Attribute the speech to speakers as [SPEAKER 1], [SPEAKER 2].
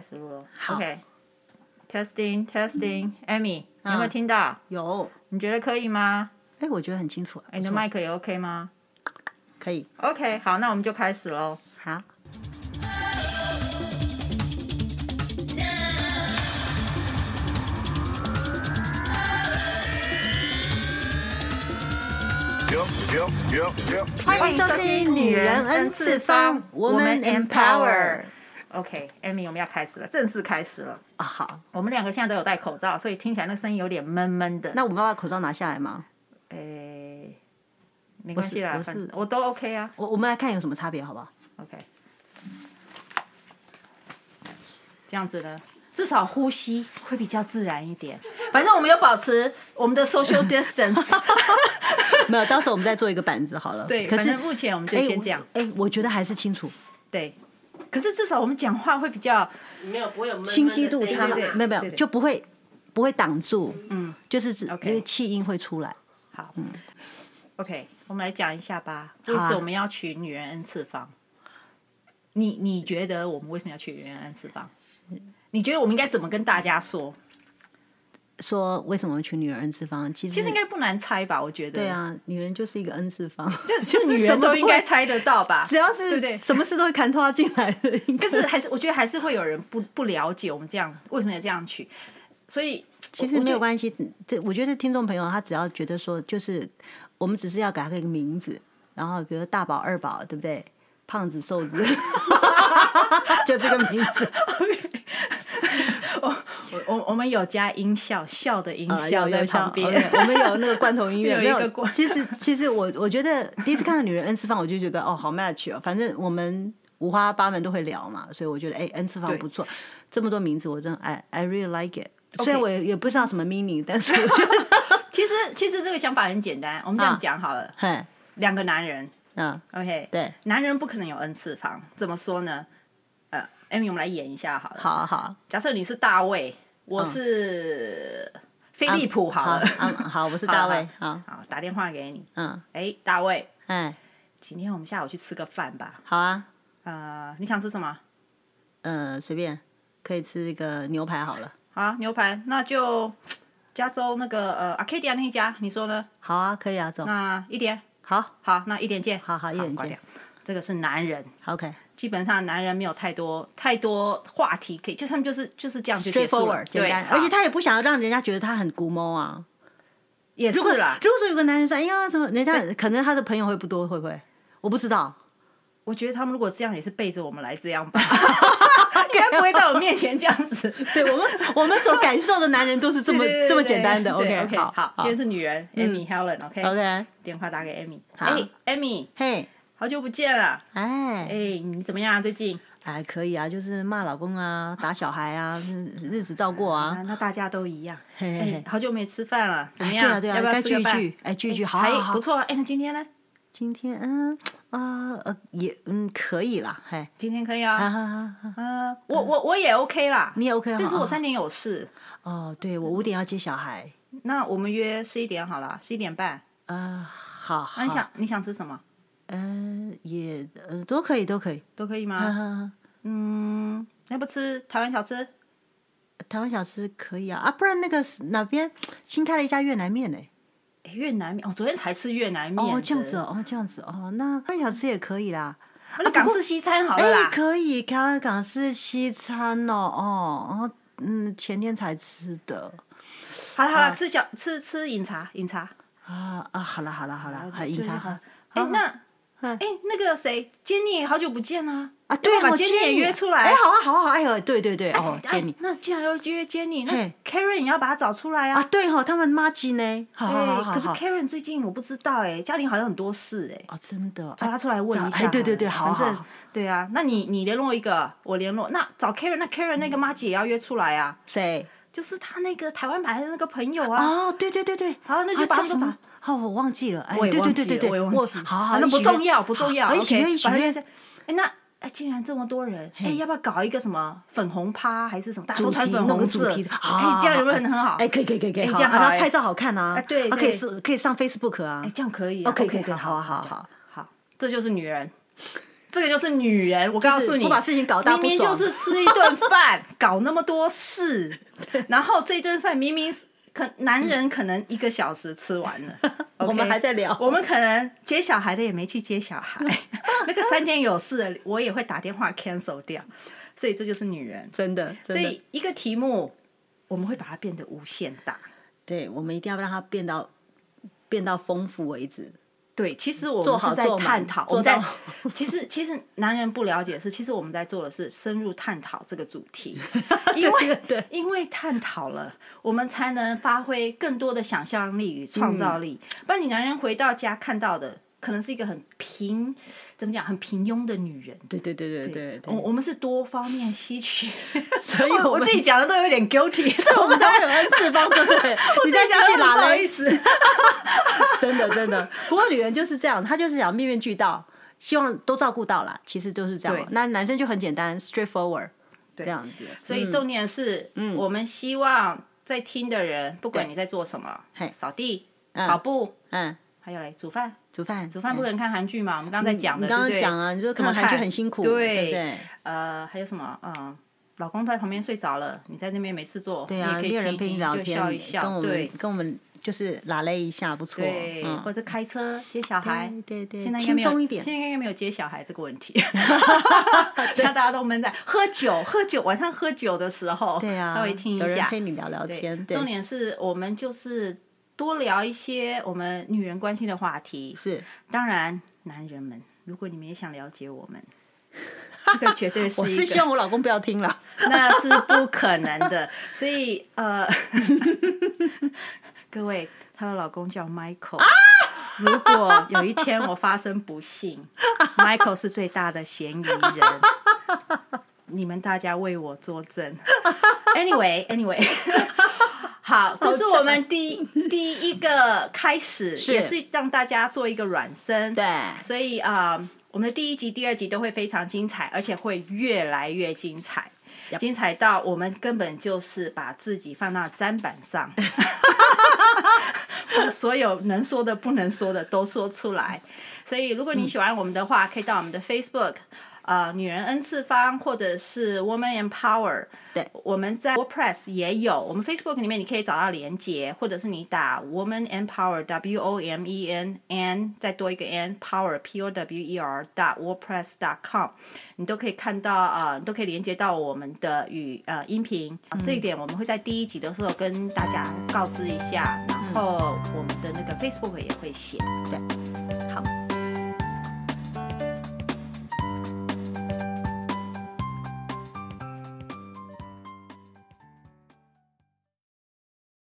[SPEAKER 1] 失误了。
[SPEAKER 2] 好
[SPEAKER 1] OK，testing testing，Amy，你有没有
[SPEAKER 2] 嗯
[SPEAKER 1] 听到？
[SPEAKER 2] 有，
[SPEAKER 1] 你觉得可以吗？
[SPEAKER 2] 哎，我觉得很清楚啊，
[SPEAKER 1] 哎，你的
[SPEAKER 2] 不错
[SPEAKER 1] 麦克也 OK 吗
[SPEAKER 2] 可以，
[SPEAKER 1] ？OK，好，那我们就开始喽。
[SPEAKER 2] 好，
[SPEAKER 3] Yep, yep, yep, yep.
[SPEAKER 2] 欢迎收听女人 N 次方 Woman Empower。
[SPEAKER 1] OK，Amy，我们要开始了，正式开始了。
[SPEAKER 2] 啊好，
[SPEAKER 1] 我们两个现在都有戴口罩，所以听起来那个声音有点闷闷的。
[SPEAKER 2] 那我们要把口罩拿下来吗？
[SPEAKER 1] 诶，没关系啦，
[SPEAKER 2] 我是
[SPEAKER 1] 反
[SPEAKER 2] 我是
[SPEAKER 1] 正我都 OK 啊。
[SPEAKER 2] 我我们来看有什么差别，好不 好？
[SPEAKER 1] OK，这样子呢，至少呼吸会比较自然一点。反正我们有保持我们的 social distance。
[SPEAKER 2] 没有，到时候我们再做一个板子好了。
[SPEAKER 1] 对，
[SPEAKER 2] 可
[SPEAKER 1] 反
[SPEAKER 2] 是
[SPEAKER 1] 正目前我们就先讲、。
[SPEAKER 2] 哎我哎，我觉得还是清楚，
[SPEAKER 1] 对。可是至少我们讲话会比较
[SPEAKER 4] 没有不会有闷闷的
[SPEAKER 2] 清晰度
[SPEAKER 4] 声音
[SPEAKER 2] 差
[SPEAKER 1] 对对对
[SPEAKER 2] 没有
[SPEAKER 1] 对
[SPEAKER 2] 没有，
[SPEAKER 1] 对
[SPEAKER 2] 就不会不会挡住，嗯，就是只
[SPEAKER 1] OK
[SPEAKER 2] 因为气音会出来。
[SPEAKER 1] 好。OK，我们来讲一下吧，为
[SPEAKER 2] 嗯好
[SPEAKER 1] 此
[SPEAKER 2] 啊
[SPEAKER 1] 我们要取女人 n 次方。你你觉得我们为什么要取女人 n 次方？你觉得我们应该怎么跟大家说？
[SPEAKER 2] 说为什么取女人之方？其实
[SPEAKER 1] 其实应该不难猜吧？我觉得，
[SPEAKER 2] 对，啊，女人就是一个 N 次方，
[SPEAKER 1] 就女人都应该
[SPEAKER 2] 什么会
[SPEAKER 1] 猜得到吧？
[SPEAKER 2] 只要
[SPEAKER 1] 对
[SPEAKER 2] 是
[SPEAKER 1] 不对
[SPEAKER 2] 什么事都会砍拖进来的。应
[SPEAKER 1] 但
[SPEAKER 2] 该
[SPEAKER 1] 是还是我觉得还是会有人不不了解我们这样为什么要这样取，所以
[SPEAKER 2] 其实没有关系，这我觉得听众朋友他只要觉得说，就是我们只是要给他一个名字，然后比如说大宝、二宝，对不对？胖子、瘦子， 就这个名 字，
[SPEAKER 1] 系。我我我们有加音效，笑的音
[SPEAKER 2] 呃
[SPEAKER 1] 效
[SPEAKER 2] 有
[SPEAKER 1] 在
[SPEAKER 2] 有效
[SPEAKER 1] 旁边。
[SPEAKER 2] OK，我们有那个罐头 音乐，
[SPEAKER 1] 有一
[SPEAKER 2] 没
[SPEAKER 1] 个
[SPEAKER 2] 有
[SPEAKER 1] 罐。
[SPEAKER 2] 其实其实我我觉得第一次看到女人 N 次方，我就觉得哦，好 match 哦，反正我们五花八门都会聊嘛，所以我觉得哎，N 次方
[SPEAKER 1] 对
[SPEAKER 2] 不错，这么多名字，我真的 I I really like it。
[SPEAKER 1] OK
[SPEAKER 2] 虽然我也也不知道什么 meaning，但是我觉得，
[SPEAKER 1] 其实其实这个想法很简单，我们这
[SPEAKER 2] 啊
[SPEAKER 1] 样讲好了，
[SPEAKER 2] 嘿，
[SPEAKER 1] 两个男人
[SPEAKER 2] 嗯，
[SPEAKER 1] ，OK，
[SPEAKER 2] 对，
[SPEAKER 1] 男人不可能有 n 次方，怎么说呢？呃，Amy，我们来演一下好了。
[SPEAKER 2] 好嗯啊好啊。
[SPEAKER 1] 假设你是大卫，我是飞利浦，好
[SPEAKER 2] 啊好
[SPEAKER 1] 了，，
[SPEAKER 2] 嗯，好，我是大卫，好，
[SPEAKER 1] 好，打电话给你，
[SPEAKER 2] 嗯，
[SPEAKER 1] 哎，大卫，
[SPEAKER 2] 哎，
[SPEAKER 1] 今天我们下午去吃个饭吧。
[SPEAKER 2] 好啊，
[SPEAKER 1] 呃，你想吃什么？
[SPEAKER 2] 嗯，随便，可以吃一个牛排好了，
[SPEAKER 1] 好、啊，牛排，那就加州那个呃 Arcadia 那一家，你说呢？
[SPEAKER 2] 好啊，可以啊，走，
[SPEAKER 1] 那一点，
[SPEAKER 2] 好
[SPEAKER 1] 好，那一点见。
[SPEAKER 2] 好好一点见
[SPEAKER 1] 挂掉这个是男人，
[SPEAKER 2] ，OK，
[SPEAKER 1] 基本上男人没有太多太多话题可以，就他们就是就是这样就结束了
[SPEAKER 2] straightforward，简
[SPEAKER 1] 对，
[SPEAKER 2] 单，
[SPEAKER 1] 好
[SPEAKER 2] 而且他也不想要让人家觉得他很古猫啊。
[SPEAKER 1] 也
[SPEAKER 2] 如果
[SPEAKER 1] 是啦。
[SPEAKER 2] 如果说有个男人说，哎呀，怎么人家可能他的朋友会不多，会不会？我不 知道，
[SPEAKER 1] 我觉得他们如果这样也是背着我们来这 样吧，该不会在我面前这样子。
[SPEAKER 2] 对我们我们所感受的男人都 是这么
[SPEAKER 1] 对对对
[SPEAKER 2] 这么简单的
[SPEAKER 1] 对对
[SPEAKER 2] ，OK，
[SPEAKER 1] OK，
[SPEAKER 2] 好，
[SPEAKER 1] 好，今天是女人 Amy Helen，OK，
[SPEAKER 2] ，OK，
[SPEAKER 1] 电话打给 Amy，
[SPEAKER 2] 好
[SPEAKER 1] 哎，Amy，
[SPEAKER 2] 嘿，
[SPEAKER 1] 好久不见了，哎
[SPEAKER 2] 哎，，
[SPEAKER 1] 你怎么样啊？最近？
[SPEAKER 2] 哎，可以啊，就是骂老公啊，打小孩啊，日子照过啊
[SPEAKER 1] 啊，，那大家都一样。
[SPEAKER 2] 嘿
[SPEAKER 1] 哎
[SPEAKER 2] 嘿，
[SPEAKER 1] 好久没吃饭了，怎么
[SPEAKER 2] 哎
[SPEAKER 1] 样？
[SPEAKER 2] 对啊
[SPEAKER 1] 要不要
[SPEAKER 2] 对啊，该
[SPEAKER 1] 吃个
[SPEAKER 2] 聚一
[SPEAKER 1] 饭？
[SPEAKER 2] 聚，哎，聚一聚，好
[SPEAKER 1] 还
[SPEAKER 2] 好好
[SPEAKER 1] 不。错。哎，那今天呢？
[SPEAKER 2] 今天嗯啊呃也嗯可以啦，嘿，
[SPEAKER 1] 今天可以
[SPEAKER 2] 啊
[SPEAKER 1] 啊。
[SPEAKER 2] 哈哈哈，
[SPEAKER 1] 嗯，我我我也 OK 啦。
[SPEAKER 2] 你也 OK 哈
[SPEAKER 1] 但是我
[SPEAKER 2] 啊
[SPEAKER 1] 三点有事，
[SPEAKER 2] 哦，对我五点要接小孩，
[SPEAKER 1] 那我们约十一点好了，十一点半。
[SPEAKER 2] 呃，好，
[SPEAKER 1] 那你
[SPEAKER 2] 好
[SPEAKER 1] 想你想吃什么
[SPEAKER 2] 嗯也呃都可以都可以，
[SPEAKER 1] 都可以
[SPEAKER 2] 啊
[SPEAKER 1] 吗？
[SPEAKER 2] 哈哈，
[SPEAKER 1] 嗯，要不吃台湾小吃？
[SPEAKER 2] 台湾小吃可以啊啊，不然那个是哪边新开了一家越南面呢？
[SPEAKER 1] 哎越南面，我昨天才吃越南面的。
[SPEAKER 2] 哦这样子哦哦这样子哦，那台湾小吃也可以啦，
[SPEAKER 1] 啊，那港式西餐好了
[SPEAKER 2] 哎
[SPEAKER 1] 啦。
[SPEAKER 2] 可以，台湾港式西餐哦哦，然后嗯前天才吃的
[SPEAKER 1] 好了好
[SPEAKER 2] 啊
[SPEAKER 1] 了，吃小吃吃饮茶饮茶。
[SPEAKER 2] 啊啊，好啦好啦好啦，还
[SPEAKER 1] 就
[SPEAKER 2] 饮
[SPEAKER 1] 是
[SPEAKER 2] 茶
[SPEAKER 1] 好
[SPEAKER 2] 喝
[SPEAKER 1] 哎
[SPEAKER 2] 好，
[SPEAKER 1] 那
[SPEAKER 2] 嗯
[SPEAKER 1] 哎那个谁，Jenny 好久不见啦。
[SPEAKER 2] 啊，对啊，
[SPEAKER 1] 把
[SPEAKER 2] 我
[SPEAKER 1] Jenny
[SPEAKER 2] 接
[SPEAKER 1] 也
[SPEAKER 2] 你
[SPEAKER 1] 约出来
[SPEAKER 2] 哎，好啊，好啊，好啊，哎呦，对对对，哦
[SPEAKER 1] 哎，
[SPEAKER 2] 接你
[SPEAKER 1] 那既然要约 Jenny，那
[SPEAKER 2] 嘿
[SPEAKER 1] Karen 也要把她找出来
[SPEAKER 2] 啊，
[SPEAKER 1] 啊。
[SPEAKER 2] 对哈，他们妈鸡呢？好啊好好好
[SPEAKER 1] 哎，
[SPEAKER 2] 好，
[SPEAKER 1] 可是 Karen 最近我不知道哎，家里好像很多事哎，
[SPEAKER 2] 哦，真的，
[SPEAKER 1] 找她出来问一
[SPEAKER 2] 哎
[SPEAKER 1] 下。
[SPEAKER 2] 对对对好
[SPEAKER 1] 反正
[SPEAKER 2] 好
[SPEAKER 1] 对啊，那你你联络一个，我联络，那找 Karen，那 Karen 那个妈姐也要约出来啊，
[SPEAKER 2] 谁？
[SPEAKER 1] 就是她那个台湾来的那个朋友啊。
[SPEAKER 2] 哦，对对对对，
[SPEAKER 1] 好那就
[SPEAKER 2] 啊
[SPEAKER 1] 把他们
[SPEAKER 2] 叫什
[SPEAKER 1] 都找
[SPEAKER 2] 么哦，我忘记了，哎，
[SPEAKER 1] 我
[SPEAKER 2] 对
[SPEAKER 1] 也忘
[SPEAKER 2] 对对
[SPEAKER 1] 记
[SPEAKER 2] 对
[SPEAKER 1] 了，
[SPEAKER 2] 对，
[SPEAKER 1] 我也忘记了。
[SPEAKER 2] 好好，
[SPEAKER 1] 那
[SPEAKER 2] 一起
[SPEAKER 1] 不重
[SPEAKER 2] 约
[SPEAKER 1] 要，不重要。
[SPEAKER 2] 好一起
[SPEAKER 1] OK，
[SPEAKER 2] 约一起
[SPEAKER 1] 反正
[SPEAKER 2] 约
[SPEAKER 1] 就是。哎，那哎，竟然这么多人，哎，要不要搞一个什么粉红趴还是什么？大家都
[SPEAKER 2] 主
[SPEAKER 1] 穿
[SPEAKER 2] 题
[SPEAKER 1] 粉
[SPEAKER 2] 弄
[SPEAKER 1] 红
[SPEAKER 2] 个主
[SPEAKER 1] 色，
[SPEAKER 2] 题的，好
[SPEAKER 1] 哎，这样有没有很很好？
[SPEAKER 2] 哎，可以可以可以可以，
[SPEAKER 1] 哎
[SPEAKER 2] 好
[SPEAKER 1] 这样
[SPEAKER 2] 啊
[SPEAKER 1] 好
[SPEAKER 2] 然后
[SPEAKER 1] 哎
[SPEAKER 2] 拍照好看啊，
[SPEAKER 1] 哎对
[SPEAKER 2] 啊可
[SPEAKER 1] 对
[SPEAKER 2] 以是可以上 Facebook 啊
[SPEAKER 1] 哎哎，，这样可以啊。
[SPEAKER 2] 哦，可以可
[SPEAKER 1] OK，
[SPEAKER 2] 以可以，好啊好啊好
[SPEAKER 1] 好，这就是女人。这个就是女人，我告诉
[SPEAKER 2] 就是
[SPEAKER 1] 你，
[SPEAKER 2] 不把事情搞大
[SPEAKER 1] 明明
[SPEAKER 2] 不爽
[SPEAKER 1] 就是吃一顿 饭，搞那么多事，然后这一顿饭明明是可男人可能一个小时吃完了，OK
[SPEAKER 2] 我们还在聊
[SPEAKER 1] 我们可能接小孩的也没去接小 孩，那个三天有事的我也会打电话 cancel 掉，所以这就是女人，
[SPEAKER 2] 真的，
[SPEAKER 1] 所
[SPEAKER 2] 真的
[SPEAKER 1] 以一个题目我们会把它变得无限大。
[SPEAKER 2] 对我们一定要让它变到变到丰富为止。
[SPEAKER 1] 对，其实我
[SPEAKER 2] 做
[SPEAKER 1] 们
[SPEAKER 2] 好
[SPEAKER 1] 是在
[SPEAKER 2] 做满
[SPEAKER 1] 探讨，我
[SPEAKER 2] 做
[SPEAKER 1] 们在
[SPEAKER 2] 到
[SPEAKER 1] 其实其实男人不了解的是，其实我们在做的是深入探讨这个主 题，因为
[SPEAKER 2] 对
[SPEAKER 1] 因为探讨了，我们才能发挥更多的想象力与创
[SPEAKER 2] 嗯
[SPEAKER 1] 造力。不然你男人回到家看到的，可能是一个很平怎么讲，很平庸的女人。
[SPEAKER 2] 对对对对对
[SPEAKER 1] 我我们是多方面吸取，
[SPEAKER 2] 所以 我们
[SPEAKER 1] 哦我自己讲的都有点 guilty，
[SPEAKER 2] 我们才会有 N 次方，对 不对？你再继续拉
[SPEAKER 1] 不好
[SPEAKER 2] 了
[SPEAKER 1] 意
[SPEAKER 2] 一，
[SPEAKER 1] 思。
[SPEAKER 2] 真的真的。不过女人就是这样，她就是想面面俱到，希望都照顾到啦。其实就是这
[SPEAKER 1] 对
[SPEAKER 2] 样。那男生就很简单，straightforward，
[SPEAKER 1] 对
[SPEAKER 2] 这样子。嗯
[SPEAKER 1] 所以重点是，我们希望在听的人，不管你在做什么
[SPEAKER 2] 嘿，
[SPEAKER 1] 扫地、
[SPEAKER 2] 嗯
[SPEAKER 1] 跑步，
[SPEAKER 2] 嗯，
[SPEAKER 1] 还有嘞煮饭。
[SPEAKER 2] 煮饭
[SPEAKER 1] 煮饭不能看韩剧嘛？我们刚刚在讲
[SPEAKER 2] 你
[SPEAKER 1] 的，
[SPEAKER 2] 刚刚
[SPEAKER 1] 对不对
[SPEAKER 2] 讲啊，你说
[SPEAKER 1] 怎么
[SPEAKER 2] 看韩剧很辛苦，对不
[SPEAKER 1] 对。
[SPEAKER 2] 对？
[SPEAKER 1] 呃，还有什么？嗯，老公在旁边睡着了，你在那边没事做，
[SPEAKER 2] 对啊，
[SPEAKER 1] 你
[SPEAKER 2] 没
[SPEAKER 1] 也
[SPEAKER 2] 有
[SPEAKER 1] 可以
[SPEAKER 2] 人
[SPEAKER 1] 听
[SPEAKER 2] 陪
[SPEAKER 1] 一
[SPEAKER 2] 你
[SPEAKER 1] 听，
[SPEAKER 2] 聊
[SPEAKER 1] 就笑一
[SPEAKER 2] 天，跟
[SPEAKER 1] 笑，
[SPEAKER 2] 我们
[SPEAKER 1] 对
[SPEAKER 2] 跟我们就是拉了一下，不错。
[SPEAKER 1] 对，
[SPEAKER 2] 嗯
[SPEAKER 1] 或者开车接小孩，
[SPEAKER 2] 对对对
[SPEAKER 1] 现在应该没有
[SPEAKER 2] 轻松一点
[SPEAKER 1] 现在应该没有接小孩这个问 题， 现在大家都闷在喝酒，喝酒晚上喝酒的时候，
[SPEAKER 2] 对啊，
[SPEAKER 1] 稍微听
[SPEAKER 2] 有
[SPEAKER 1] 一
[SPEAKER 2] 人
[SPEAKER 1] 下，
[SPEAKER 2] 陪你聊聊
[SPEAKER 1] 对
[SPEAKER 2] 天，
[SPEAKER 1] 重点是我们就是多聊一些我们女人关心的话题。
[SPEAKER 2] 是
[SPEAKER 1] 当然，男人们，如果你们也想了解我们，这个绝对是
[SPEAKER 2] 我
[SPEAKER 1] 一
[SPEAKER 2] 是
[SPEAKER 1] 个，
[SPEAKER 2] 希望我老公不要听了。
[SPEAKER 1] 那是不可能的。所以呃， 各位，她的老公叫 Michael。如
[SPEAKER 2] 啊
[SPEAKER 1] 果有一天我发生不幸，Michael 是最大的嫌疑人。你们大家为我作证。Anyway，Anyway，好，这是我们第一第一个开始，
[SPEAKER 2] 啊是
[SPEAKER 1] 也是让大家做一个软身。
[SPEAKER 2] 对，
[SPEAKER 1] 所以啊、呃我们的第一集、第二集都会非常精彩，而且会越来越精彩。
[SPEAKER 2] Yep
[SPEAKER 1] 精彩到我们根本就是把自己放到砧板上，把所有能说的、不能说的都说出来。所以，如果你喜欢我们的话，可以到我们的 Facebook，呃，女人 N 次方或者是 Woman Empower。
[SPEAKER 2] 对，
[SPEAKER 1] 我们在 WordPress 也有，我们 Facebook 里面你可以找到连接，或者是你打 Woman Empower W O M E N N 再多一个 N Power P O W E R dot WordPress dot com，你都可以看到啊、呃，你都可以连接到我们的语呃音频、啊这一点我们会在第一集的时候跟大家告知一下，然后我们的那个 Facebook 也会写。
[SPEAKER 2] 好，